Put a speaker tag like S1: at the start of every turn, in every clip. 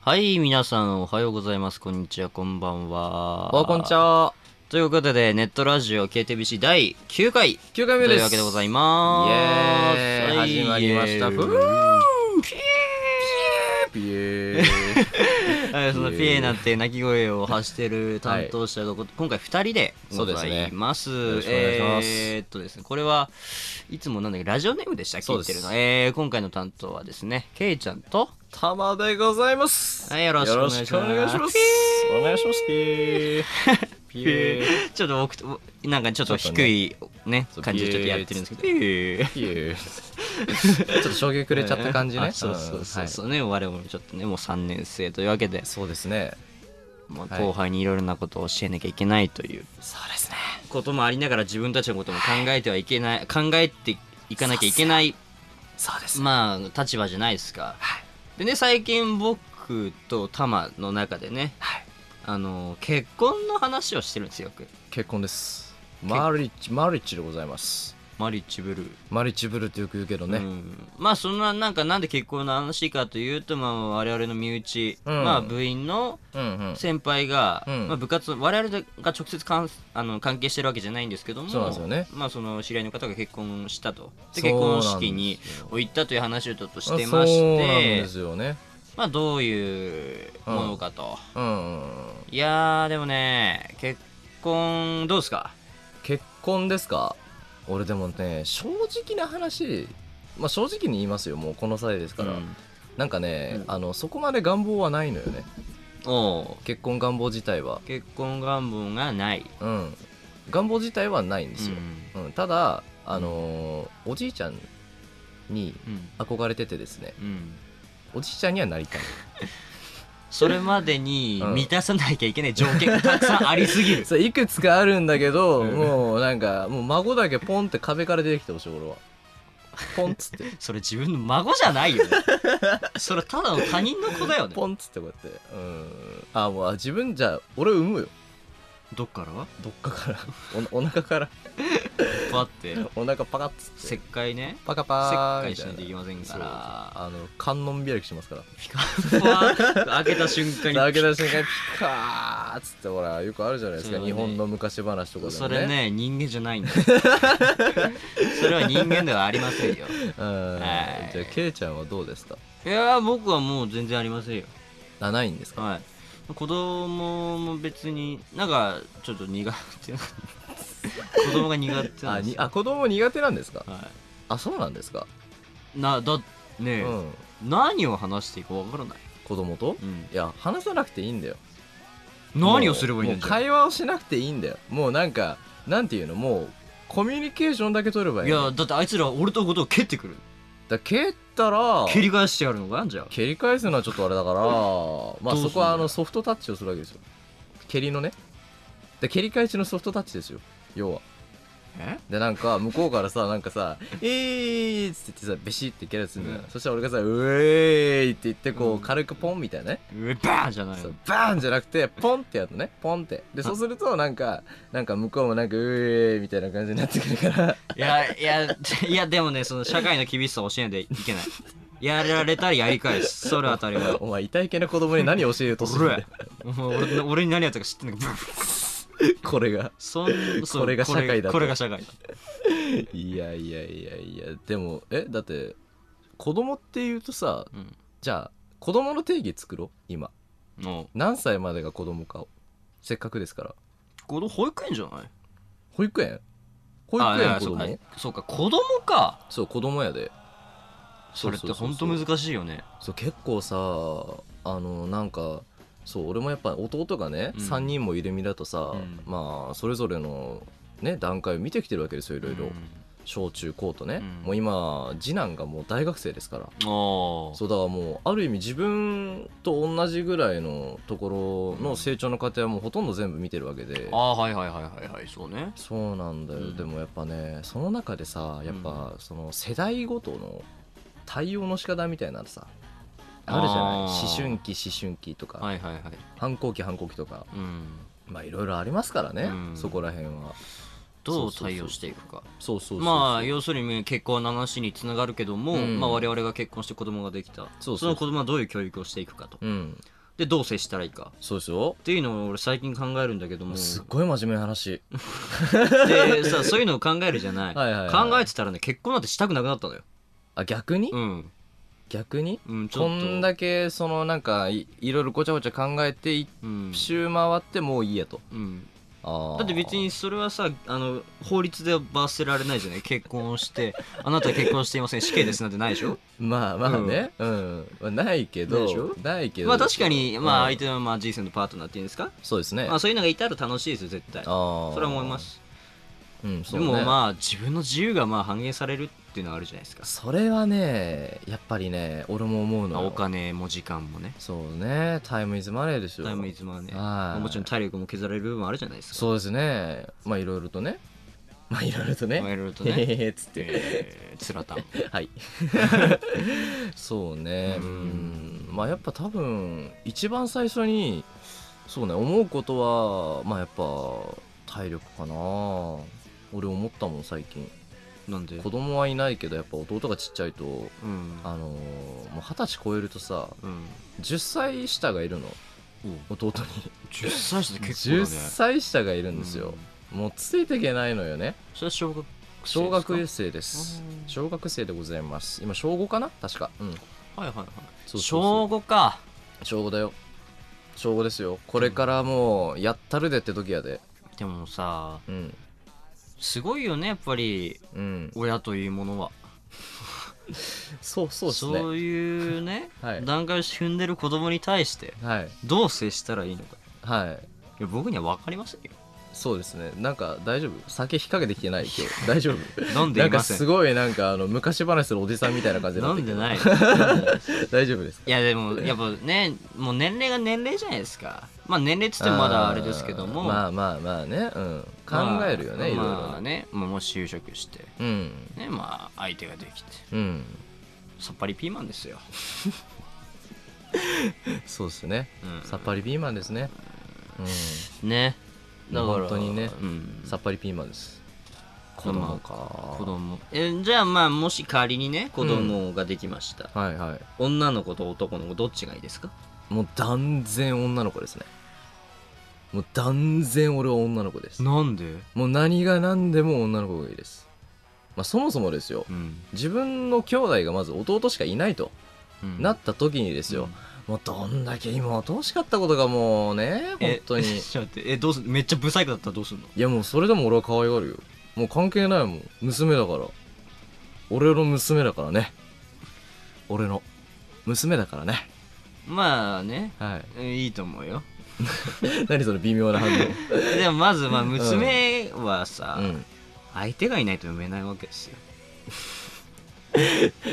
S1: はい、皆さんおはようございます。こんにちは、こんばんは。
S2: おこんにち。は。
S1: ということで、ネットラジオ KTBC 第9回
S2: 9回目
S1: と
S2: です。
S1: いうわけでございます。
S2: イエーイ
S1: はい
S2: 始まりました
S1: イエーイ
S2: ふ
S1: うんピ
S2: ピエー
S1: エーはいそのピエーなんて鳴き声を発してる担当者がこ今回2人でございます。
S2: そうですねよろしくお願いします
S1: えーっとですね、これはいつもなんだっけ、ラジオネームでしたっけ
S2: そう
S1: 言っ
S2: です
S1: てるの。えー、今回の担当はですね、ケイちゃんと、
S2: たまでございます。
S1: はいよろしくお願いします
S2: よろくお願いします。お願いします。ピエー。ピエー。
S1: ちょっと僕と、なんかちょっと
S2: ちょっ
S1: 低
S2: とね
S1: いね
S2: そう、
S1: 感じでちょっとやってるんですけど、えー
S2: ピエー。 ちょっと衝撃くれちゃった感じね。
S1: あそうそうそう
S2: そ
S1: そうね、我々もちょっとね、もう3年生というわけで
S2: い。、そうですね。
S1: まあ、
S2: はい
S1: 後輩にいろいろなことを教えなきゃいけないという
S2: そうですね。
S1: こともありながら自分たちのことも考えてはいけない、考えていかなきゃいけない、
S2: そうです。
S1: まあ、立場じゃないですか。
S2: はい
S1: でね、最近僕とタマの中でね、
S2: はい。
S1: あの、結婚の話をしてるんですよ、よく。
S2: 結婚です。マリッチマリッチでございます。
S1: マリッチブルー。
S2: マリッチブルーってよく言うけど
S1: う
S2: ね。
S1: ん、まあそんななんかなんで結婚の話かというと、まあ、我々の身内、
S2: うん
S1: まあ、部員の
S2: うんうん。
S1: 先輩が、
S2: うん
S1: まあ、部活の我々が直接関あの関係してるわけじゃないんですけども
S2: そうなんですよね
S1: まあ、その知り合いの方が結婚したとで
S2: そ
S1: 結
S2: うなん
S1: 婚
S2: ですよ
S1: 式に行ったという話をちょっとして
S2: あ
S1: まし
S2: そうなんで
S1: て
S2: すよね。
S1: まあ、どういうものかと、
S2: うんうん。
S1: いやーでもね結婚どうですか
S2: 結婚ですか俺でもね正直な話、まあ、正直に言いますよもうこの際ですから、
S1: うん
S2: なんかね、
S1: うん
S2: あのそこまで願望はないのよね
S1: おう
S2: 結婚願望自体は
S1: 結婚願望がない
S2: うん願望自体はないんですよ
S1: う、ん
S2: うんただあのーおじいちゃんに
S1: うん
S2: 憧れててですね
S1: うん
S2: おじいちゃんにはなりたい
S1: それまでに
S2: うん
S1: 満たさなきゃいけない条件がたくさんありすぎ る。
S2: そういくつかあるんだけど、
S1: うん
S2: もうなんかもう孫だけポンって壁から出てきてほしい俺はポンっつ って
S1: それ自分の孫じゃないよね。それただの他人の子だよね。
S2: ポンっつってこうやってうんあもうあ自分じゃ俺産むよ
S1: どっから
S2: どっかからおお腹から
S1: パって、
S2: お腹パカッつって
S1: 石灰ね。
S2: パカ
S1: 石
S2: パー
S1: 灰
S2: み
S1: した
S2: い
S1: ない
S2: な
S1: といけませんか
S2: そう
S1: ら。
S2: あの観音開きしますから
S1: ピカッは開けた瞬間に。
S2: 開けた瞬間にピカーっつってほらよくあるじゃないですか、
S1: そうね
S2: 日本の昔話とかでもね
S1: それね、人間じゃない んだよ。それは人間ではありません よ。
S2: う
S1: は
S2: ん、
S1: い
S2: じゃあケイちゃんはどうですか
S1: いやー、僕はもう全然ありませんよ。
S2: あないんですか
S1: はい。子供も別に、なんか、ちょっと苦手な。 子供が苦手なんですよ。
S2: あにあ子供苦手なんですか
S1: は
S2: あそうなんですか、
S1: い、なだねえ、
S2: うん
S1: 何を話していいかわからない、
S2: 子供と
S1: うん、
S2: いや話さなくていいんだよ
S1: 何をすればいい
S2: も
S1: ん
S2: う
S1: だ
S2: もう
S1: よ
S2: 会話をしなくていいんだよもうなんかなんていうのもうコミュニケーションだけ取ればいい
S1: いやだってあいつら俺とのことを蹴ってくる
S2: だ蹴ったら
S1: 蹴り返してやるのかじゃあ
S2: 蹴り返すのはちょっとあれだからまあ
S1: どうすんの
S2: そこはあのソフトタッチをするわけですよ蹴りのねで蹴り返しのソフトタッチですよ要は
S1: え
S2: でなんか向こうからさなんかさ「えーい!」っつってさベシって蹴るやつみたいな、
S1: うん
S2: そしたら俺がさ「うえーい!」って言ってこ
S1: う
S2: うん軽くポンみたいなね、
S1: うえバーンじゃない
S2: そ
S1: の
S2: うバーンじゃなくてポンってやるのねポンってでそうするとなんかなんか向こうもなんか「うえーい!」みたいな感じになってくるから
S1: いやいやいやでもねその社会の厳しさを教えないといけ ないやられたらやり返すそれは当たり前
S2: お前痛い系の子供に何教えようとするんだよ
S1: お前俺の俺に何やったか知ってんのか
S2: これが
S1: そんそう
S2: これが社会だと
S1: これこれが社会だ
S2: いやいやいやいやでもえだって子供っていうとさ
S1: うん
S2: じゃあ子供の定義作ろう今
S1: も
S2: 何歳までが子供かをせっかくですから
S1: うこの保育園じゃない
S2: 保育園保育
S1: あい
S2: 園
S1: や
S2: 子
S1: そうか
S2: 供
S1: そうか子供か
S2: そう子供やで
S1: それって
S2: そうそうそう
S1: 本当難しいよね
S2: そう結構さあのなんかそう俺もやっぱ弟がね、
S1: うん
S2: 3人もいる身だとさ、
S1: うん
S2: まあそれぞれのね段階を見てきてるわけですよいろいろ、小中高とね、
S1: うん
S2: もう今次男がもう大学生ですから
S1: うんおー
S2: そうだからもうある意味自分と同じぐらいのところの成長の過程はもうほとんど全部見てるわけで、
S1: ああーはいはいはいはいはいそうね
S2: そうなんだよ、
S1: うん
S2: でもやっぱねその中でさやっぱその世代ごとの対応の仕方みたいなのさあるじゃない
S1: あー
S2: 思春期思春期とか、
S1: はいはいはい
S2: 反抗期反抗期とか
S1: うん
S2: まあいろいろありますからね、
S1: うん
S2: そこら辺は
S1: どう対応していくか
S2: そうそうそう
S1: まあ要するに結婚の話につながるけども、
S2: うん
S1: まあ、我々が結婚して子供ができた
S2: そうそう
S1: の子供はどういう教育をしていくかと
S2: うん
S1: でどう接したらいいか
S2: そうですよ
S1: っていうのを俺最近考えるんだけども
S2: すっごい真面目な話
S1: でさそういうのを考えるじゃない
S2: はいはいはい
S1: 考えてたらね結婚なんてしたくなくなったのよ
S2: あ逆に、
S1: うん、
S2: 逆に
S1: うん、ちょっと
S2: こんだけそのなんかいいろいろごちゃごちゃ考えて一
S1: うん、
S2: 周回ってもういいやと
S1: うん、
S2: あー
S1: だって別にそれはさあの法律で罰せられないじゃない結婚をしてあなたは結婚していません死刑ですなんてないでしょ
S2: まあまあね、うんまあないけ
S1: ないでしょ
S2: どないけど
S1: まあ確かに、まあ、相
S2: 手
S1: 手のまあ人生のパートナーっていうんですか、
S2: そうですね
S1: まあ、そういうのがいたら楽しいですよ絶対そ
S2: あー
S1: れは思います、
S2: うんそ
S1: で
S2: うね
S1: もまあ自分の自由がまあ半減されるっていうのはあるじゃないですか
S2: それはねやっぱりね俺も思う
S1: まあ
S2: の
S1: お
S2: よ
S1: 金も時間もね
S2: そうねタイムイズマネーですよ
S1: タイムイズマね
S2: はい
S1: もちろん体力も削られる部分もあるじゃないですか
S2: そうですねまあいろいろとねまあいろいろとね
S1: まあいろいろと
S2: へ
S1: ね
S2: へへっつって
S1: えーつらたん
S2: はい そうね
S1: う
S2: うんんまあやっぱ多分一番最初にそうね思うことはまあやっぱ体力かな俺思ったもん最近
S1: なんで
S2: 子供はいないけどやっぱ弟がちっちゃいと
S1: うん
S2: あのーもう二十歳超えるとさ
S1: うん
S2: 10歳下がいるの弟 に
S1: 10歳差で結構だ
S2: 10
S1: ね
S2: 歳下がいるんですよ、もうついていけないのよね
S1: それは小学生
S2: 小学
S1: です
S2: 生です
S1: うん
S2: 小学生でございます今小5かな確かうん
S1: かはいはいはい
S2: そうそうそう
S1: 小五か
S2: 小5だよ小5ですよこれからもうやったるでって時やで
S1: でもさ
S2: うん
S1: すごいよねやっぱり
S2: うん
S1: 親というものは
S2: そうそうですね
S1: そういうね
S2: はい
S1: 段階を踏んでる子供に対して
S2: はい
S1: どう接したらいいのか
S2: はい
S1: いや僕には分かりませんよ
S2: そうですねなんか大丈夫酒引っ掛けてきてない今日大丈夫
S1: 飲んで
S2: ないんか
S1: ませ
S2: す
S1: ん
S2: ごいなんかあの昔話するおじさんみたいな感じにな
S1: 飲
S2: って
S1: ん
S2: き
S1: で
S2: た
S1: ない
S2: 大丈夫です
S1: いやでもやっぱねもう年齢が年齢じゃないですかまあ年齢っつってもまだあれですけども
S2: あーまあまあまあね、うん、考
S1: まあ
S2: えるよね、いろいろ
S1: まあねまあもし就職して
S2: うん
S1: ねまあ相手ができて
S2: うん
S1: さっぱりピーマンですよ
S2: そうですね、
S1: うん
S2: さっぱりピーマンですね、うん、
S1: ねだから
S2: 本当にね
S1: うん
S2: さっぱりピーマンです子供か
S1: 子供えじゃあまあもし仮にね子供ができました、
S2: はいは
S1: 女の子と男の子どっちがいいですか
S2: いもう断然女の子ですねもう断然俺は女の子です
S1: なんで
S2: もう何が何でも女の子がいいですまあそもそもですよ
S1: うん、
S2: 自分の兄弟がまず弟しかいないと
S1: うん
S2: なった時にですよ、もうどんだけ妹欲しかったことがもうね本当に
S1: え ちょっと待ってえどうすめっちゃブサイクだったらどうすんの
S2: いやもうそれでも俺は可愛がるよもう関係ないもん娘だから俺の娘だからね俺の娘だからね
S1: まあね
S2: はい
S1: えいいと思うよ
S2: 何その微妙な反応
S1: でもまずまあ娘はさ、
S2: うん
S1: 相手がいないと産めないわけですよ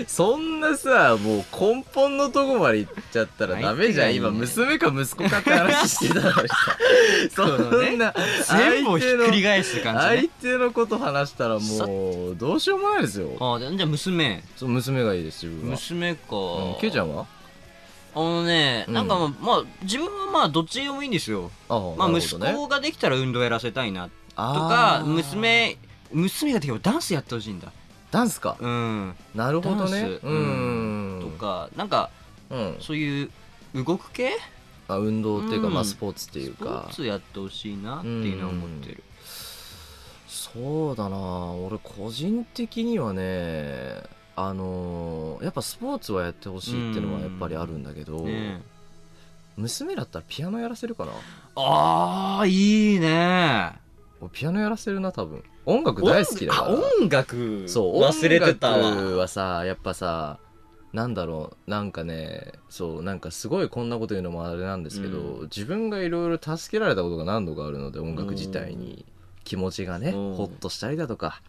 S2: そんなさもう根本のとこまで行っちゃったらダメじゃ
S1: 相手
S2: ん
S1: がい
S2: 今
S1: いね
S2: 娘か息子かって話してたのにさ そんな
S1: 全部をひっくり返
S2: 返
S1: す感じ
S2: 相
S1: ね
S2: 手のこと話したら
S1: さ
S2: もうどうしようもないですよ
S1: あーじゃあ娘
S2: そう娘がいいです自分は
S1: 娘か、
S2: うんケイちゃんは
S1: あのね
S2: うん
S1: なんかまあ、まあ自分はまあどっちでもいいんですよ
S2: ああ
S1: まあ、
S2: なる
S1: 息
S2: ほどね
S1: 子ができたら運動やらせたいなと
S2: あ
S1: か
S2: ー
S1: 娘娘ができたらダンスやってほしいんだ
S2: ダンスか
S1: うん
S2: なるほ
S1: ダ
S2: ど
S1: ン
S2: ね
S1: ス
S2: う
S1: と
S2: ん
S1: かなんか
S2: うん
S1: そういう動く系
S2: あ運動っていうか
S1: うん
S2: まあスポーツっていう
S1: スポー
S2: か
S1: ツやってほしいなっていうのは思ってる
S2: そうだな俺個人的にはねあのーやっぱスポーツはやってほしいっていうのはやっぱりあるんだけど
S1: ねえ
S2: 娘だったらピアノやらせるかな
S1: あーいいね
S2: 俺ピアノやらせるな多分音楽大好きだから
S1: 音楽
S2: そう
S1: 忘れてた
S2: 音楽
S1: わ
S2: はさやっぱさなんだろうなんかねそうなんかすごいこんなこと言うのもあれなんですけど、
S1: う
S2: 自分がいろいろ助けられたことが何度かあるので音楽自体に気持ちがね
S1: うん
S2: ほっとしたりだとか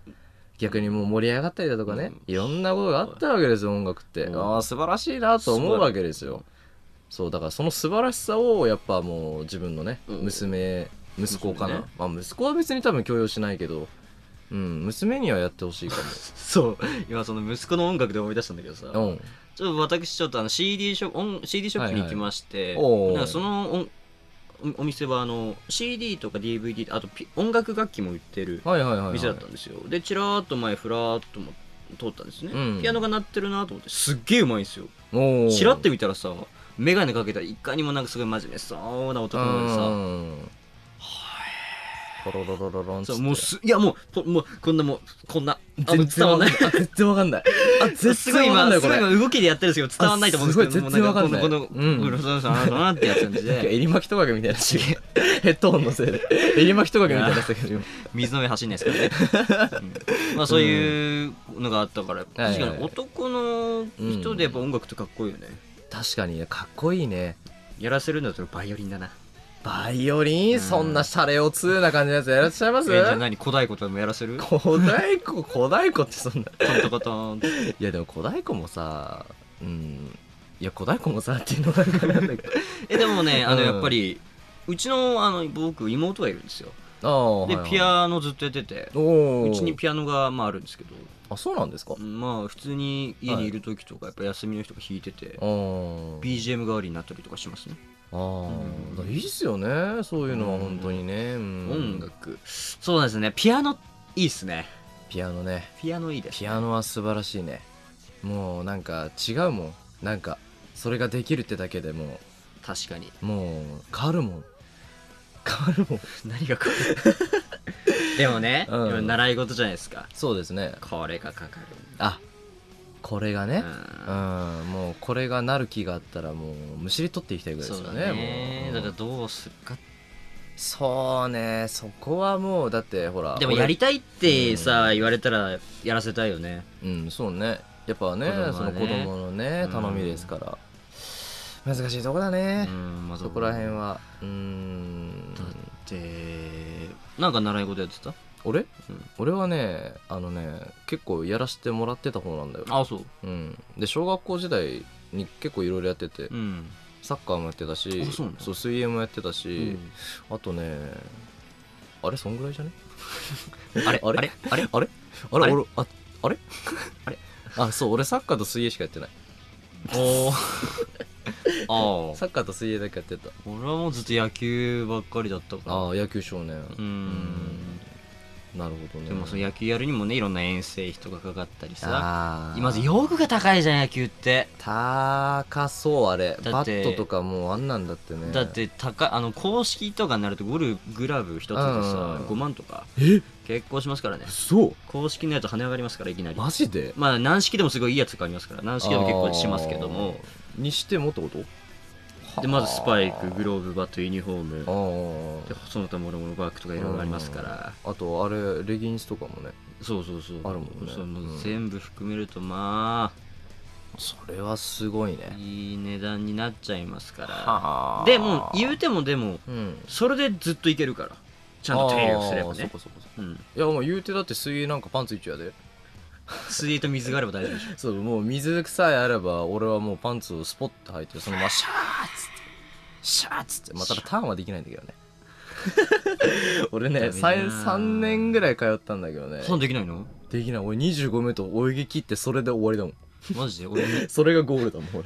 S2: 逆にもう盛り上がったりだとかね、
S1: うん
S2: いろんなことがあったわけですよ音楽って、
S1: うん
S2: ああ素晴らしいなと思うわけですよそうだからその素晴らしさをやっぱもう自分のね
S1: うん
S2: 娘、息子かな、
S1: 娘ね
S2: まあ息子は別に多分強要しないけどうん娘にはやってほしいかも
S1: そう今その息子の音楽で思い出したんだけどさ
S2: うん。
S1: ちょっと私ちょっとあの CD ショップ音 CD ショップに行きまして、
S2: はいはいおうおう
S1: なんかその音おお店はあの CD とか DVD あとピ音楽楽器も売ってる
S2: はいはいはい、はい、
S1: 店だったんですよ、でちらーっと前ふらーっとも通ったんですね、
S2: うん
S1: ピアノが鳴ってるなと思ってすっげえうまいんですよ
S2: おー
S1: ちらって見たらさ眼鏡かけたいかにもなんかすごい真面目そうな男の子でさ
S2: うんポロロロロロンっつ
S1: そ
S2: っ
S1: う
S2: て
S1: もうすいやもうぽもうこんなもうこんなあの
S2: 全
S1: 伝
S2: 然
S1: わん
S2: わ
S1: な
S2: か
S1: い
S2: んないあ絶対わかんないあ
S1: す
S2: 絶
S1: ごい
S2: 対わかん
S1: 今
S2: ない
S1: すご
S2: こ
S1: い
S2: れ
S1: 今動きでやってるんですけど伝わんないと思うんですけど
S2: あ
S1: も
S2: す
S1: う
S2: ごい
S1: なんかこ
S2: 全然
S1: の
S2: わか
S1: こ
S2: んない
S1: の
S2: うん
S1: グロさんさんあなたなってやつなんで
S2: エリマキトカゲみたいなしヘッドホンのせ いでエリマキトカゲみたいになしたけど今
S1: 水の上走んないですからね、うんまあそういうのがあったから
S2: はいはい
S1: 確かに男の人でやっぱ音楽ってかっこいいよね
S2: 確かにねかっこいいね
S1: やらせるんだったらバイオリンだな
S2: バイオ
S1: う
S2: リン
S1: ん
S2: そんなシャレオツーな感じのやつやらっしゃいま
S1: え
S2: す
S1: じゃあ何古代ことでもやらせる
S2: 小太鼓 小太鼓ってそんな
S1: トントコトンって
S2: いやでも小太鼓もさうんいや小太鼓もさっていうのはなんかなんだけど
S1: えでもねあの
S2: うん
S1: やっぱりうちのあの僕妹がいるんですよ
S2: ああ
S1: で
S2: はいはい
S1: ピアノずっとやってて
S2: お
S1: う
S2: ー
S1: ちにピアノがまああるんですけど
S2: あそうなんですか
S1: まあ普通に家にいる時とかやっぱ休みの人が弾いてて
S2: あー
S1: BGM 代わりになったりとかしますね
S2: あー
S1: うん
S2: だからいいっすよねそういうのは本当にねうん
S1: 音楽そうなんですねピアノいいっすね
S2: ピアノね
S1: ピアノいいです
S2: ピアノは素晴らしいねもうなんか違うもんなんかそれができるってだけでも
S1: 確かに
S2: うもう変わるもん変わるもん
S1: 何がこれ でもね、
S2: うん
S1: 今習い事じゃないですか
S2: そうですね
S1: これがかかる
S2: あこれがね
S1: うん
S2: うんもうこれがなる気があったらもうむしり取っていきたいぐらいで
S1: そ
S2: す
S1: う
S2: よ
S1: だ
S2: ね
S1: ね
S2: もう
S1: だからどうするか
S2: そうねそこはもうだってほら
S1: でも
S2: 俺
S1: やりたいってさ、言われたらやらせたいよね
S2: うんそうねやっぱね
S1: 子供はね
S2: その子供のね頼みですから、難しいとこだね、
S1: んまあ
S2: そこら辺はうん
S1: だってなんか習い事やってた
S2: 俺、
S1: ん
S2: 俺はねあのね結構やらせてもらってた方なんだよ、
S1: あそう
S2: うん、で小学校時代に結構いろいろやってて、
S1: うん、
S2: サッカーもやってたし
S1: あそうなんだ
S2: 水泳もやってた
S1: う
S2: し、
S1: ん
S2: あとねあれそんぐらいじゃね
S1: あれあ
S2: あれ
S1: れあれ
S2: あれあれ
S1: あれ
S2: 俺ああれ
S1: あれ
S2: あそう俺サッカーと水泳しかやってない
S1: おーああ
S2: サッカーと水泳だけやってた
S1: 俺はもうずっと野球ばっかりだったから
S2: ああ野球少年、
S1: うん
S2: なるほどね
S1: でもその野球やるにもねいろんな遠征費とかかかったりさ
S2: あー
S1: まず用具が高いじゃん野球って
S2: 高そうあれ
S1: って
S2: バットとかもうあんなんだってね
S1: だって高いあの公式とかになるとゴルグラブ一つでさ
S2: うん
S1: 5万とか
S2: え
S1: 結構しますからね
S2: そう
S1: 公式のやつ跳ね上がりますからいきなり
S2: マジで
S1: まあ軟式でもすごいいいやつがありますから軟式でも結構しますけども
S2: あーにしてもってこと
S1: でまずスパイクグローブバットユニフォーム
S2: あ
S1: で
S2: ー
S1: その他もろもろバッグとかいろいろありますから
S2: あとあれレギンスとかもね
S1: そうそうそう
S2: あるもんね
S1: その
S2: うん
S1: 全部含めるとま
S2: それはすごい
S1: あ
S2: ね
S1: いい値段になっちゃいますから
S2: は
S1: でも言う
S2: う
S1: てもでも
S2: うん
S1: それでずっといけるからちゃんと手入れをすれば
S2: あーそ
S1: ね
S2: こそこそこ
S1: うん
S2: いやもう言うてだって水泳なんかパンツ一丁やで
S1: 水泳と水があれば大丈夫でしょ
S2: そうもう水さえあれば俺はもうパンツをスポッと履いてそのままシャーッつって シャーッつってまあただターンはできないんだけどね 俺ね
S1: ダメだな
S2: 3, 三年ぐらい通ったんだけどね
S1: そんできないの
S2: できない俺 25m 泳ぎ切ってそれで終わりだもん
S1: マジで俺
S2: それがゴールだもん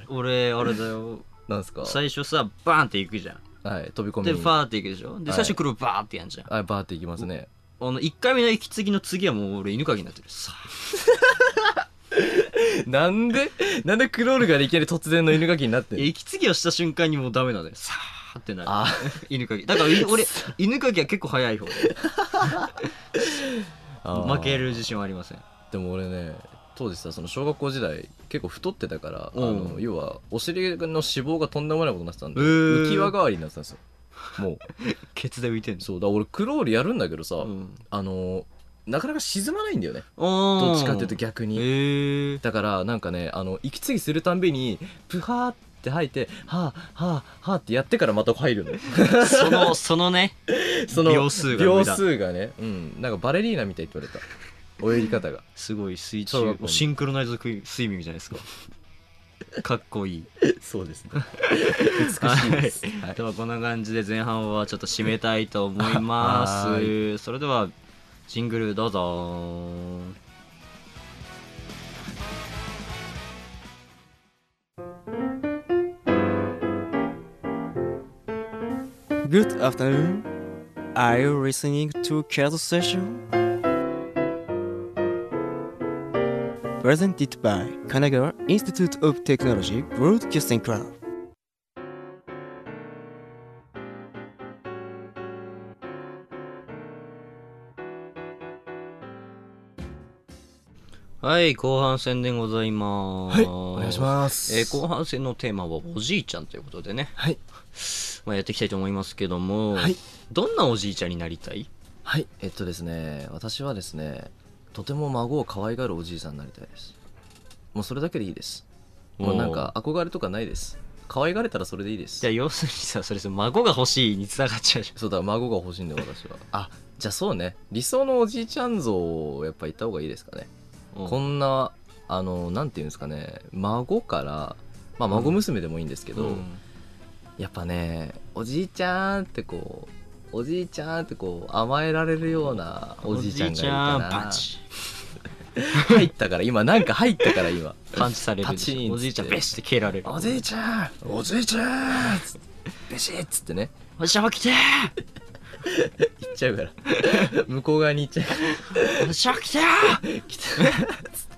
S1: 俺
S2: 俺
S1: あれだ よ
S2: なんすか
S1: 最初さバーンっていくじゃん
S2: はい飛び込み
S1: で
S2: に
S1: ファーっていくでしょで
S2: はい
S1: 最初黒バーってやんじゃん
S2: はいバーっていきますね
S1: あの1回目の息継ぎの次はもう俺犬鍵になってるさ
S2: なんでなんでクロールがいきなり突然の犬きになって
S1: いや
S2: る
S1: 息継ぎをした瞬間にもうダメなのよさーってなる
S2: あ
S1: 犬鍵だから い俺犬鍵は結構早い方で
S2: あー
S1: 負ける自信はありません
S2: でも俺ね当時さその小学校時代結構太ってたから、
S1: うん
S2: あの要はお尻の脂肪がとんでもないことになってたんで、
S1: へー
S2: 浮き輪代わりになってたんですよもう
S1: ケツで浮いてんの
S2: そうだから俺クロールやるんだけどさ、
S1: うん
S2: あのなかなか沈まないんだよねど
S1: ど
S2: っちかっていうと逆に、
S1: へえ
S2: だからなんかねあの息継ぎするたんびにプハーって吐いてはあはあはあってやってからまた入るの
S1: そのそのね
S2: その
S1: 秒数が無
S2: 秒
S1: 駄
S2: 数がねうんなんかバレリーナみたいって言われた泳ぎ方が
S1: すごい水
S2: そう
S1: 中シンクロナイズクイスイミングじゃないです かかっこいい
S2: そうですね美しいです、はい
S1: ではこんな感じで前半はちょっと締めたいと思いま
S2: あは
S1: すそれではシングルどうぞ
S3: Good afternoon. Are you listening to Kyoto Session? Presented by Kanagawa Institute of Technology Broadcasting Club.
S1: はい、後半戦でございます。
S2: はいお願いします
S1: えー後半戦のテーマはおじいちゃんということでね、
S2: はい
S1: まあ、やっていきたいと思いますけども、
S2: はい
S1: どんなおじいちゃんになりたい
S2: はいえっとですね私はですねとても孫を可愛がるおじいさんになりたいですもうそれだけでいいですもうなんか憧れとかないです可愛がれたらそれでいいです
S1: じゃあ要するにさそれさ孫が欲しいにつながっちゃうじ
S2: そうだ孫が欲しいんだよ私はあじゃあそうね理想のおじいちゃん像をやっぱ言った方がいいですかね
S1: ゃん、
S2: こんなあのなんていうんですかね孫からまあ孫娘でもいいんですけど、
S1: うん
S2: やっぱねおじいちゃんってこうおじいちゃんってこう甘えられるようなおじいちゃんが
S1: おじい
S2: いるか
S1: ちゃん
S2: ら
S1: バチ
S2: 入ったから今なんか入ったから今
S1: パンチされる
S2: パチンっつって
S1: おじいちゃんベシって蹴られる
S2: おじいちゃんおじいちゃんつってベシッつってね
S1: おじちゃん起きて
S2: 行っちゃうから 向こう側に行っちゃうか
S1: おじちゃん起きて
S2: ら来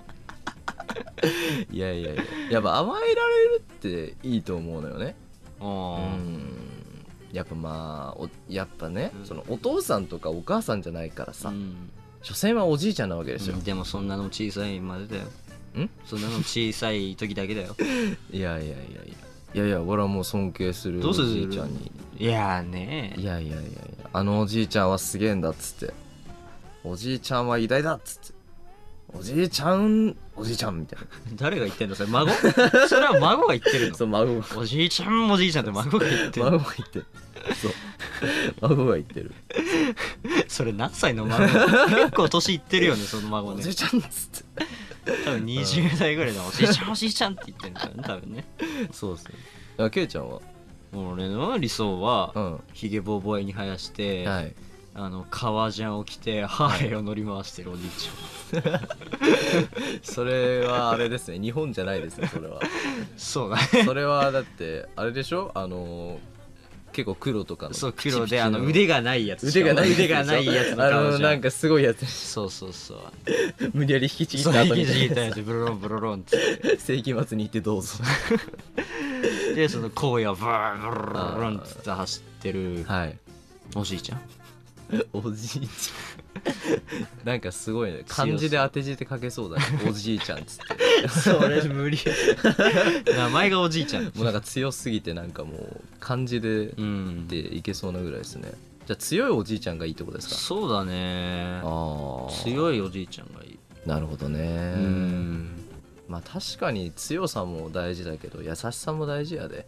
S2: ていやいやいややっぱ甘えられるっていいと思うのよねう
S1: うん
S2: んやっぱまあおやっぱね、
S1: うん
S2: そのお父さんとかお母さんじゃないからさ、
S1: うん
S2: 所詮はおじいちゃんなわけですよ、
S1: でもそんなの小さいまでだよ
S2: ん
S1: そんなの小さい時だけだよ
S2: いやいやいやいやいやいや俺はもう尊敬する
S1: ど
S2: お
S1: うする
S2: じいちゃんに
S1: いやーね
S2: いやいやいやいやあのおじいちゃんはすげえんだっつっておじいちゃんは偉大だっつっておじいちゃんおじいちゃんみたい
S1: 誰が言ってんのそれ孫それは孫が言ってる
S2: な そ
S1: の
S2: う孫が
S1: おじいちゃんおじいちゃんって孫が言ってる
S2: 孫が言ってるそう孫が言ってる
S1: それ何歳の孫結構年いってるよねその孫
S2: お
S1: ね
S2: じいちゃんっつって
S1: 多分20代ぐらいのおじいちゃんおじいちゃんって言ってるんだよね多分ね
S2: そうそうあけいちゃんは
S1: 俺の理想は
S2: うん
S1: ひげぼうぼうに生やして、
S2: はい
S1: あの革ジャンを着てハーレーを乗り回してるおじいちゃ
S2: それはあれですね日本じゃないですねそれ は
S1: んそうだ
S2: それはだってあれでしょあの結構黒とかの
S1: そう黒
S2: ピチピ
S1: で
S2: チ
S1: あの腕がないやつ
S2: 腕がない
S1: 腕がないやつの
S2: あ
S1: 革
S2: の
S1: ジャ
S2: なん
S1: ン
S2: かすごいやつ
S1: そうそうそう
S2: 無理やり引きちぎっ
S1: そう
S2: た後
S1: ヒ
S2: に
S1: ゲじいたやつブロロンブロロンって
S2: 世紀末に行ってどうぞ
S1: でその荒野をブロンブロロンっつって走ってる
S2: はい
S1: おじいちゃん
S2: おじいち ゃんなんかすごいね漢字で当て字で書けそうだねおじいちゃんっつって
S1: それ無理名前がおじいちゃん
S2: もうなんか強すぎてなんかもう漢字で
S1: うん
S2: でいけそうなぐらいですねじゃあ強いおじいちゃんがいいってことですか
S1: そうだね
S2: ああ
S1: 強いおじいちゃんがいい
S2: なるほどね
S1: うん
S2: まあ確かに強さも大事だけど優しさも大事やで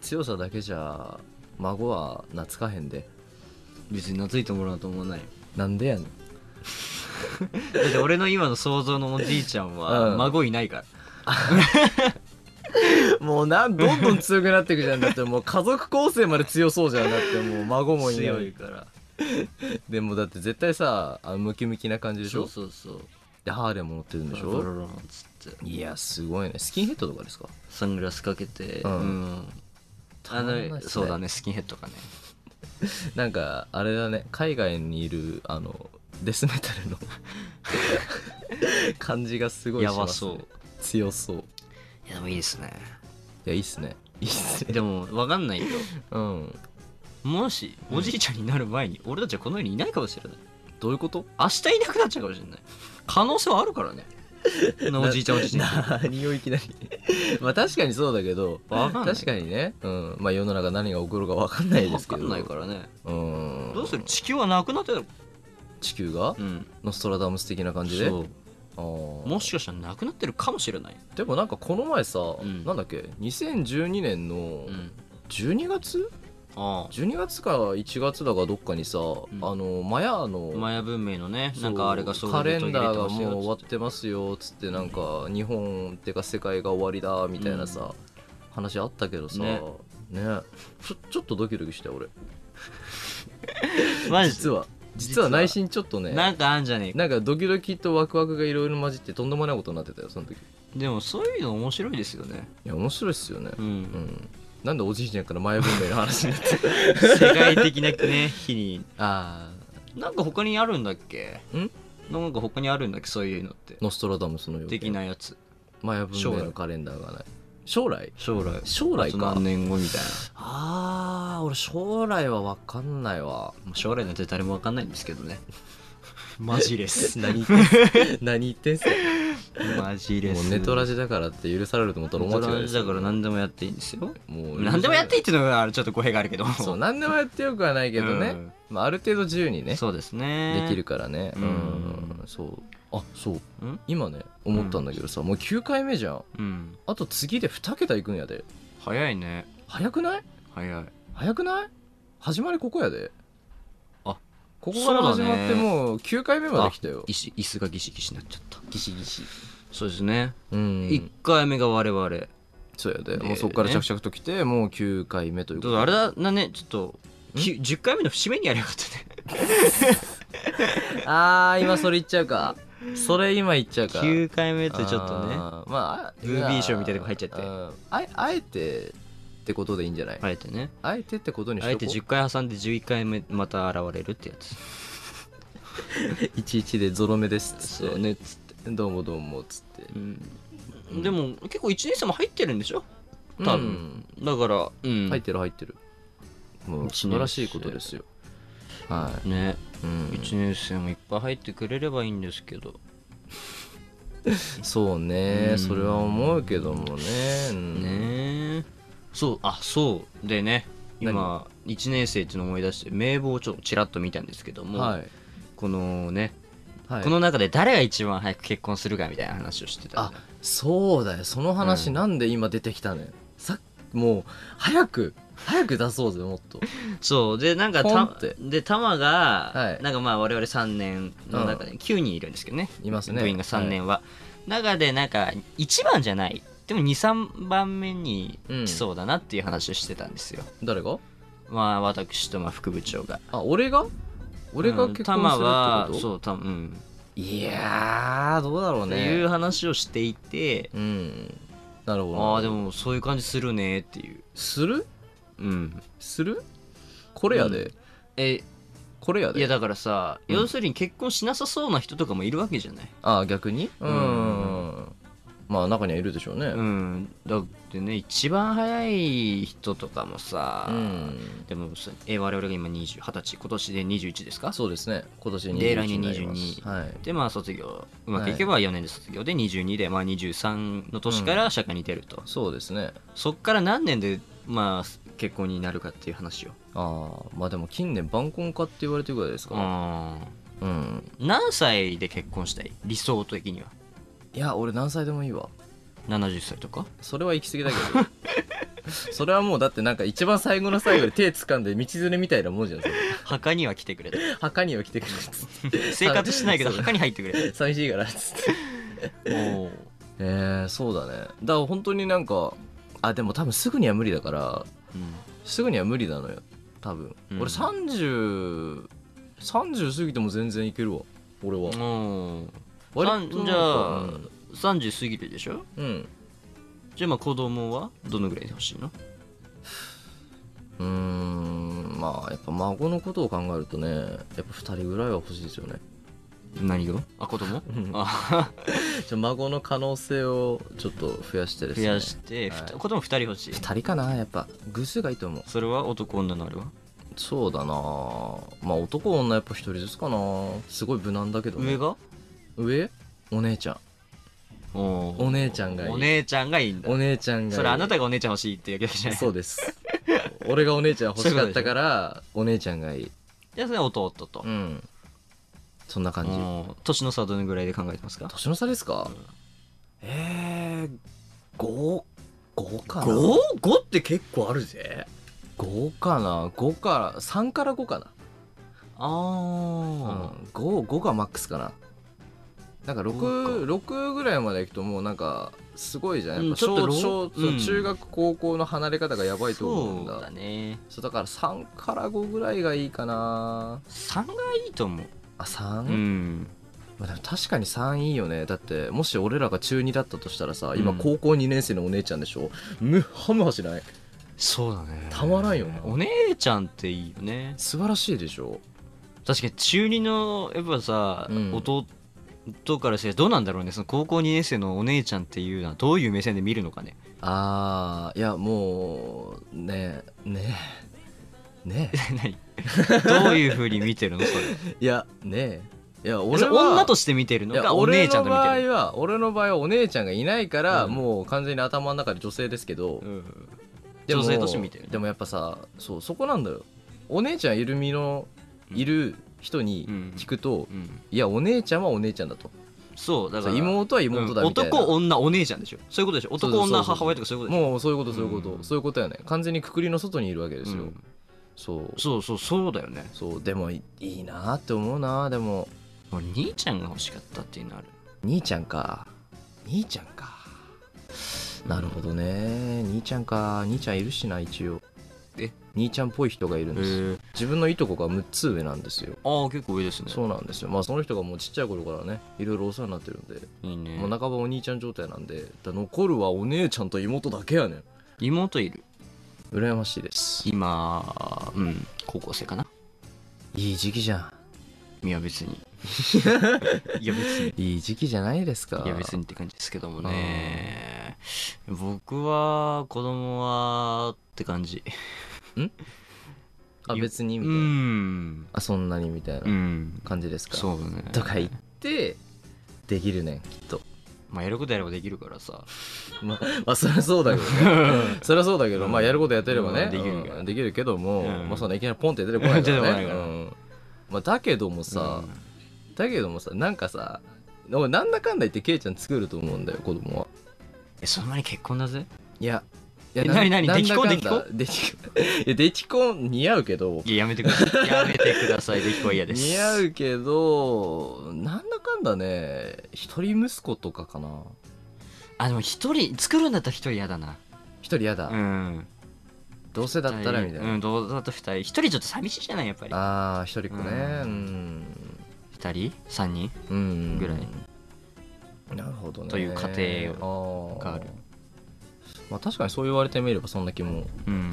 S2: 強さだけじゃ孫は懐かへんで
S1: 別に懐いてもらうと思わないよ
S2: なんでやねん
S1: だって俺の今の想像のおじいちゃん
S2: う
S1: は
S2: ん
S1: 孫いないから
S2: もうなんどんどん強くなっていくじゃんだって もう家族構成まで強そうじゃんだってもう孫もいな
S1: 強
S2: い
S1: いから
S2: でもだって絶対さあのムキムキな感じでし
S1: そ
S2: ょ
S1: うそうそう
S2: でハーレーも乗ってるんでし
S1: ブロ
S2: ょ
S1: ロンっつって
S2: いやすごいねスキンヘッドとかですか
S1: サングラスかけて
S2: う
S1: うんんあ
S2: たまんない
S1: の
S2: っすね
S1: そうだねスキンヘッドかね
S2: なんかあれだね海外にいるあのデスメタルの 感じがすごいします、ね、
S1: やばそう
S2: 強そうい
S1: いやでもいいですね
S2: やいいっすねいいっすね
S1: でも分かんないよ
S2: うん
S1: もしおじいちゃんになる前に俺たちはこの世にいないかもしれない
S2: どういうこと
S1: 明日いなくなっちゃうかもしれない可能性はあるからねこのおじいちゃんおじいちゃん
S2: 何をいきなり まあ確かにそうだけど
S1: わかんない
S2: 確かにね、うん、まあ世の中何が起こるか分かんないで
S1: 分
S2: すけ
S1: か
S2: ど
S1: んないからね
S2: うん
S1: どうする地球はなくなってた
S2: 地球が
S1: うん
S2: ノストラダムス的な感じで
S1: そう
S2: あー
S1: もしかしたらなくなってるかもしれない
S2: でもなんかこの前さ、
S1: ん
S2: なんだっけ2012年の
S1: うん
S2: 12月、
S1: あ
S2: 12月か1月だかどっかにさ、
S1: ん
S2: あのマヤ
S1: あ
S2: の
S1: マヤ文明のね
S2: そう
S1: なんかあれがそう
S2: カレンダーがもう終わっ
S1: 終
S2: てますよつってなんか日本ってか世界が終わりだみたいなさ、話あったけどさね
S1: ね
S2: ちょちょっとドキドキした俺
S1: わマジ
S2: 実
S1: で
S2: は実は
S1: 実は
S2: 内心ちょっとね
S1: なんかあんじゃねえか
S2: なんかドキドキとワクワクがいろいろ混じってとんでもないことになってたよその時い
S1: でもそういうの面白いですよね
S2: や面白いっすよね
S1: う
S2: うんんなんでおじいちゃんから前文明の話 になって
S1: 世界的な ね日に
S2: あ
S1: なんか他にあるんだっけ
S2: ん
S1: なんか他にあるんだっけそういうのって
S2: あノストラダムスのよう
S1: 的なやつ
S2: 前文明のカレンダーがない将来
S1: 将来
S2: 将来か
S1: あと何年後みたいな
S2: あー俺将来は分かんないわ
S1: まあ 将来なんて誰もわかんないんですけどね マジです
S2: 何言ってんす 何言ってんすか
S1: マジで
S2: も
S1: す
S2: うネトラ
S1: ジ
S2: ジだからって許されると思ったら大間違いです
S1: だから何でもやっていいんですよ
S2: もう
S1: 何でもやっていいっていうのはちょっと語弊があるけど
S2: そう何でもやってよくはないけどね、
S1: うん
S2: まあ、ある程度自由にね
S1: そうですね
S2: できるからねう
S1: うんん
S2: そうあそうん今ね思ったんだけどさ、もう9回目じゃん
S1: うん
S2: あと次で2桁いくんやで
S1: 早いね
S2: 早くない
S1: 早い
S2: 早くない始まりここやで
S1: あ
S2: ここから始ま
S1: そう
S2: って
S1: だね
S2: もう9回目まで来たよ
S1: 椅子椅子がギシギシになっちゃった
S2: ギシギシ
S1: そうですね
S2: うん
S1: 1回目が我々
S2: そうやで
S1: で
S2: もうそこから着々と来てもう9回目という
S1: ち
S2: こ
S1: ょっと
S2: とで
S1: あれだなねちょっとき10回目の節目にやりゃよか ったね
S2: あー今それ言っちゃうかそれ今言っちゃうか
S1: 9回目ってちょっとねあ
S2: あーまあ
S1: ムービー賞みたいなとこ入っちゃって
S2: ああえあえてってことでいいんじゃない、
S1: えてね
S2: あえてってことにし
S1: あえ
S2: とこ
S1: て
S2: う
S1: 10回挟んで11回目また現れるってやつ
S2: 11でゾロ目ですっつって
S1: そうねっつって
S2: どうもどうもっつって
S1: うんでも結構1年生も入ってるんでしょ多分、だから、うん
S2: うん入ってる入ってるもう素晴らしいことですよは
S1: ね
S2: い、うん、
S1: 1年生もいっぱい入ってくれればいいんですけど
S2: そうね、
S1: うん
S2: それは思うけどもね,、うん、
S1: ねえそうあそうでね今1年生っていうのを思い出して名簿をちょっとちらっと見たんですけども、
S2: はい、
S1: このね、
S2: はい、
S1: この中で誰が一番早く結婚するかみたいな話をしてた
S2: あ
S1: んだよ
S2: そうだよその話
S1: うん
S2: なんで今出てきたね、さっもう早く早く出そうぜもっと
S1: そうでなんか
S2: ポン
S1: た
S2: って
S1: でタマが、
S2: はい
S1: なんかまあ我々3年の中で9人いるんですけどね、
S2: いますね
S1: 部員が3年は、中でなんか1番じゃないでも23番目に来そうだなっていう話をしてたんですよ、
S2: 誰が
S1: まあ私とまあ副部長が
S2: あ俺が俺が結婚する
S1: う
S2: ってこと、
S1: んタマはそう多分、
S2: いやーどうだろう
S1: うん、っていう
S2: ね
S1: 話をしていて、
S2: うんなるほど
S1: ああでもそういう感じするねっていう
S2: する
S1: うん
S2: するこれやで、
S1: うえ
S2: これやで
S1: いやだからさ、
S2: うん
S1: 要するに結婚しなさそうな人とかもいるわけじゃない
S2: あ逆にう
S1: うんん
S2: まあ中にはいるでしょうね
S1: う
S2: うん、
S1: んだってね一番早い人とかもさ、でもさえ我々が今20 20歳今年で21ですか
S2: そうですね今年
S1: で
S2: 21
S1: 来年
S2: になりますはい
S1: でまあ卒業うまくいけば4年で卒業で22で、まあ、23の年から社会に出ると、
S2: そうですね
S1: そっから何年でまあ結婚になるかっていう話を
S2: ああまあでも近年晩婚化って言われてるぐらいですから
S1: あ
S2: うん
S1: ー何歳で結婚したい理想的にはい
S2: や俺何歳でもいいわ
S1: 70歳とか
S2: それは行き過ぎだけど それはもうだってなんか一番最後の最後で手掴んで道連れみたいなもんじゃんそれ
S1: 墓には来てくれ た
S2: 墓には来てくれっつって
S1: 生活してないけど
S2: そう
S1: 墓に入ってくれ
S2: 寂しいからっつって
S1: たも
S2: えー、そうだねだから本当になんかあでも多分すぐには無理だから
S1: う、
S2: すぐには無理なのよ多分、
S1: うん
S2: 俺3030過ぎても全然いけるわ俺は
S1: うん、もうさ
S2: 割
S1: ん
S2: となん
S1: じ
S2: か
S1: ゃあ、30過ぎてでしょ
S2: うん
S1: じゃあまあ子供はどのぐらいで欲しいの
S2: うんうーんまあやっぱ孫のことを考えるとねやっぱ2人ぐらいは欲しいですよね
S1: 何があ子供
S2: ん
S1: あ
S2: じゃあ孫の可能性をちょっと増やしてです
S1: 増
S2: ね
S1: やして、
S2: はい
S1: ふた子供2人欲しい
S2: 2人かなやっぱ偶数がいいと思う
S1: それは男女のあれは
S2: そうだなまあ男女やっぱ1人ずつかなすごい無難だけど、ね、
S1: 上が
S2: 上お姉ちゃんお
S1: お
S2: 姉ちゃんがいい
S1: お姉ちゃんがいいんだ
S2: お姉ちゃんがいい
S1: それあなたがお姉ちゃん欲しいっていうわけじゃない
S2: そうです。 俺がお姉ちゃん欲しかったから、お姉ちゃんがいい。
S1: じゃあそれは弟と
S2: うん。そんな感じ。
S1: うん年の差はどのぐらいで考えてますか
S2: 年の差ですか、えー、5、5かな。
S1: 5って結構あるぜ
S2: ?5 かな ?5 から、3から5か
S1: あ
S2: な。うん
S1: ー、
S2: 5、5がマックスかな。なんか6、6ぐらいまでいくともうなんか、すごいじゃん。やっ
S1: う
S2: ぱ
S1: んちょっと
S2: 小、
S1: ロー
S2: 小、そう
S1: うん
S2: 中学、高校の離れ方がやばいと思うんだ。
S1: そうだね
S2: そうだから3から5ぐらいがいいかな。
S1: 3がいいと思う
S2: あ、3?
S1: うん
S2: まあ、でも確かに3いいよねだってもし俺らが中2だったとしたらさ今
S1: うん
S2: 高校2年生のお姉ちゃんでしょ、むはむはしない
S1: そうだね
S2: たまらんよな
S1: お姉ちゃんっていいよね
S2: 素晴らしいでしょ
S1: 確かに中二のやっぱさ、
S2: うん
S1: 弟からしてどうなんだろうねその高校2年生のお姉ちゃんっていうのはどういう目線で見るのかね
S2: あーいやもうねえねえ ね
S1: 何どういうふうに見てるのそれ
S2: えいやねえいや
S1: 俺
S2: 俺は
S1: 女として見てる
S2: い
S1: の
S2: や
S1: かお姉ちゃんと見
S2: 俺の場
S1: てる
S2: 合は俺の場合はお姉ちゃんがいないから、
S1: うん
S2: もう完全に頭の中で女性ですけど、
S1: の、うん
S2: でも
S1: 女性として見てる
S2: でもやっぱさそうそこなんだよお姉ちゃんいる身のいる人に
S1: うん
S2: 聞くと、
S1: うん、
S2: いやお姉ちゃんはお姉ちゃんだと
S1: そうだ
S2: そ
S1: か
S2: う
S1: ら
S2: 妹は妹だみたいな、
S1: 男女お姉ちゃんでしょそういうことでしょ
S2: そうそ
S1: 男
S2: うそうそう
S1: 女母親とかそういうことでしょ
S2: もうそういうことそういうこと、
S1: うん
S2: そういうことやね完全にくくりの外にいるわけですよ、
S1: うん
S2: そう
S1: そうそうそうだよね
S2: そうでもいいいなって思うなでも
S1: 俺兄ちゃんが欲しかったっていうのある
S2: 兄ちゃんか兄ちゃんかなるほどね兄ちゃんか兄ちゃんいるしな一応
S1: え
S2: 兄ちゃんっぽい人がいるんです
S1: へえ
S2: 自分のいとこが6つ上なんですよ
S1: ああ結構上ですね
S2: そうなんですよまあその人がもうちっちゃい頃からねいろいろお世話になってるんで、
S1: いいね
S2: もう半ばお兄ちゃん状態なんでだ残るはお姉ちゃんと妹だけやねん
S1: 妹いる
S2: 羨ましいです
S1: 今うん高校生かない
S2: い時期じゃ
S1: いや別に いや別に
S2: んいい時期じゃないですか
S1: いや別にって感じですけどもね僕は子供はって感じ
S2: あ別に
S1: う
S2: みたいな、
S1: ん
S2: あそんなにみたい
S1: うん、
S2: な感じですか、
S1: そうだね
S2: とか言ってできる ねんきっと
S1: まあやることやればできるからさ
S2: まあ、まあ、そりゃそうだけど ねそりゃそうだけど、まあやることやってればね、
S1: うんできるから
S2: うんできるけども、
S1: うん
S2: まあそんないきなりポンって出てこないから
S1: 出て
S2: ね
S1: こないから
S2: うんまあ、だけどもさ、だけどもさなんかさ俺なんだかんだ言ってケイちゃん作ると思うんだよ子供は
S1: えそんなに結婚だぜ
S2: いやい
S1: え
S2: な
S1: 何何
S2: なんだかんだ
S1: 出来婚
S2: 出来婚いや 出来婚似合うけど
S1: いややめてくださ いやめてくださいできは嫌です
S2: 似合うけどなんだかんだね一人息子とかかな
S1: あでも一人作るんだったら一人嫌だな
S2: 一人やだ、
S1: うん
S2: どうせだったらみたいな、
S1: うんどうだと二人一人ちょっと寂しいじゃないやっぱり
S2: ああ一人っ子ね
S1: う
S2: うん
S1: 二人三人ぐ
S2: ぐ
S1: らい
S2: なるほどね
S1: という過
S2: 程
S1: がある
S2: まあ、確かにそう言われてみればそんな気 も
S1: うん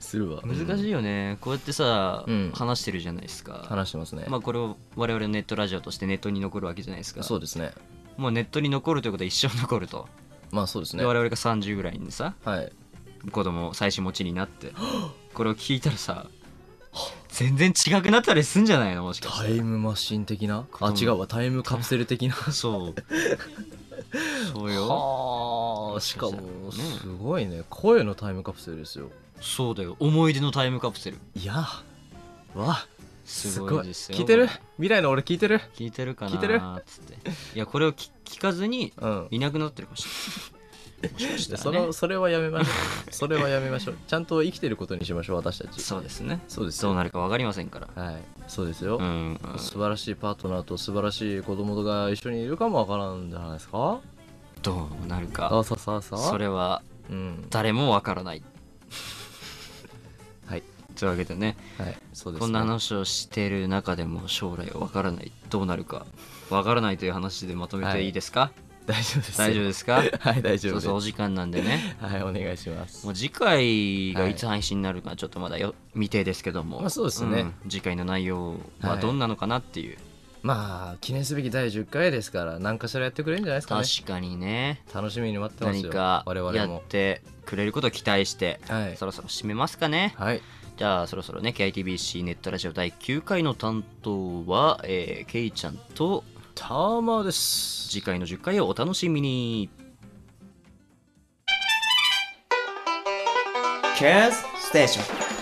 S2: するわ
S1: 難しい
S2: い
S1: よね、こうやってさ、
S2: うん
S1: 話してるじゃないですか
S2: 話してますね、
S1: まあこれを我々のネットラジオとしてネットに残るわけじゃないですか
S2: そうですね
S1: もうネットに残るということは一生残ると、
S2: まあそうです
S1: で
S2: ね
S1: 我
S2: はい
S1: 々が30ぐらいにさ子供を妻子持ちになってこれを聞いたらさ全然違くなったりすんじゃないのもしかし
S2: タ
S1: て
S2: イムマシン的な
S1: 子
S2: あ
S1: 供
S2: 違うわタイムカプセル的な
S1: そうそうよ
S2: はあしかも
S1: ね
S2: すごいね声のタイムカプセルですよ
S1: そうだよ思い出のタイムカプセル
S2: いやわ
S1: すごいですよ
S2: 聞いてる
S1: これ
S2: 未来の俺聞いてる
S1: 聞いてるかな
S2: 聞いてる
S1: っつっていやこれを聞聞かずに
S2: うん
S1: いなくなってるかもしれな いもしかしたらね
S2: そのそれはやめましょう それはやめましょうちゃんと生きてることにしましょう私たち
S1: そうですね
S2: そうです
S1: どう
S2: よ
S1: なるか分かりませんから
S2: はいそうですよ、
S1: うん、
S2: 素晴らしいパートナーと素晴らしい子供が一緒にいるかもわからんじゃないですか
S1: どうなるか
S2: あさささ
S1: それは
S2: うん
S1: 誰もわからない
S2: はい
S1: というわけでね
S2: はいそうですね
S1: こんな話をしてる中でも将来わからないどうなるかわからないという話でまとめ
S2: は
S1: て
S2: い
S1: いいですか、
S2: 大丈夫です
S1: 大丈夫ですか
S2: はい 大丈
S1: そう
S2: 夫です
S1: そうお時間なんでね
S2: はいお願いします
S1: もう次回がいつ配信になるかちょっとまだよ未定ですけども、
S2: まあそうですね
S1: ん次回の内容はどんなのかなっていう、
S2: まあ記念すべき第10回ですから何かしらやってくれるんじゃないですかね
S1: 確かにね
S2: 楽しみに待ってます
S1: 何
S2: よ
S1: か
S2: 我々
S1: や
S2: も
S1: ってくれることを期待して、
S2: はい
S1: そろそろ締めますかね
S2: はい
S1: じゃあそろそろね KITBC ネットラジオ第9回の担当は、えー、ケイちゃんと
S2: ターマーです
S1: 次回の10回をお楽しみに
S3: Cast Station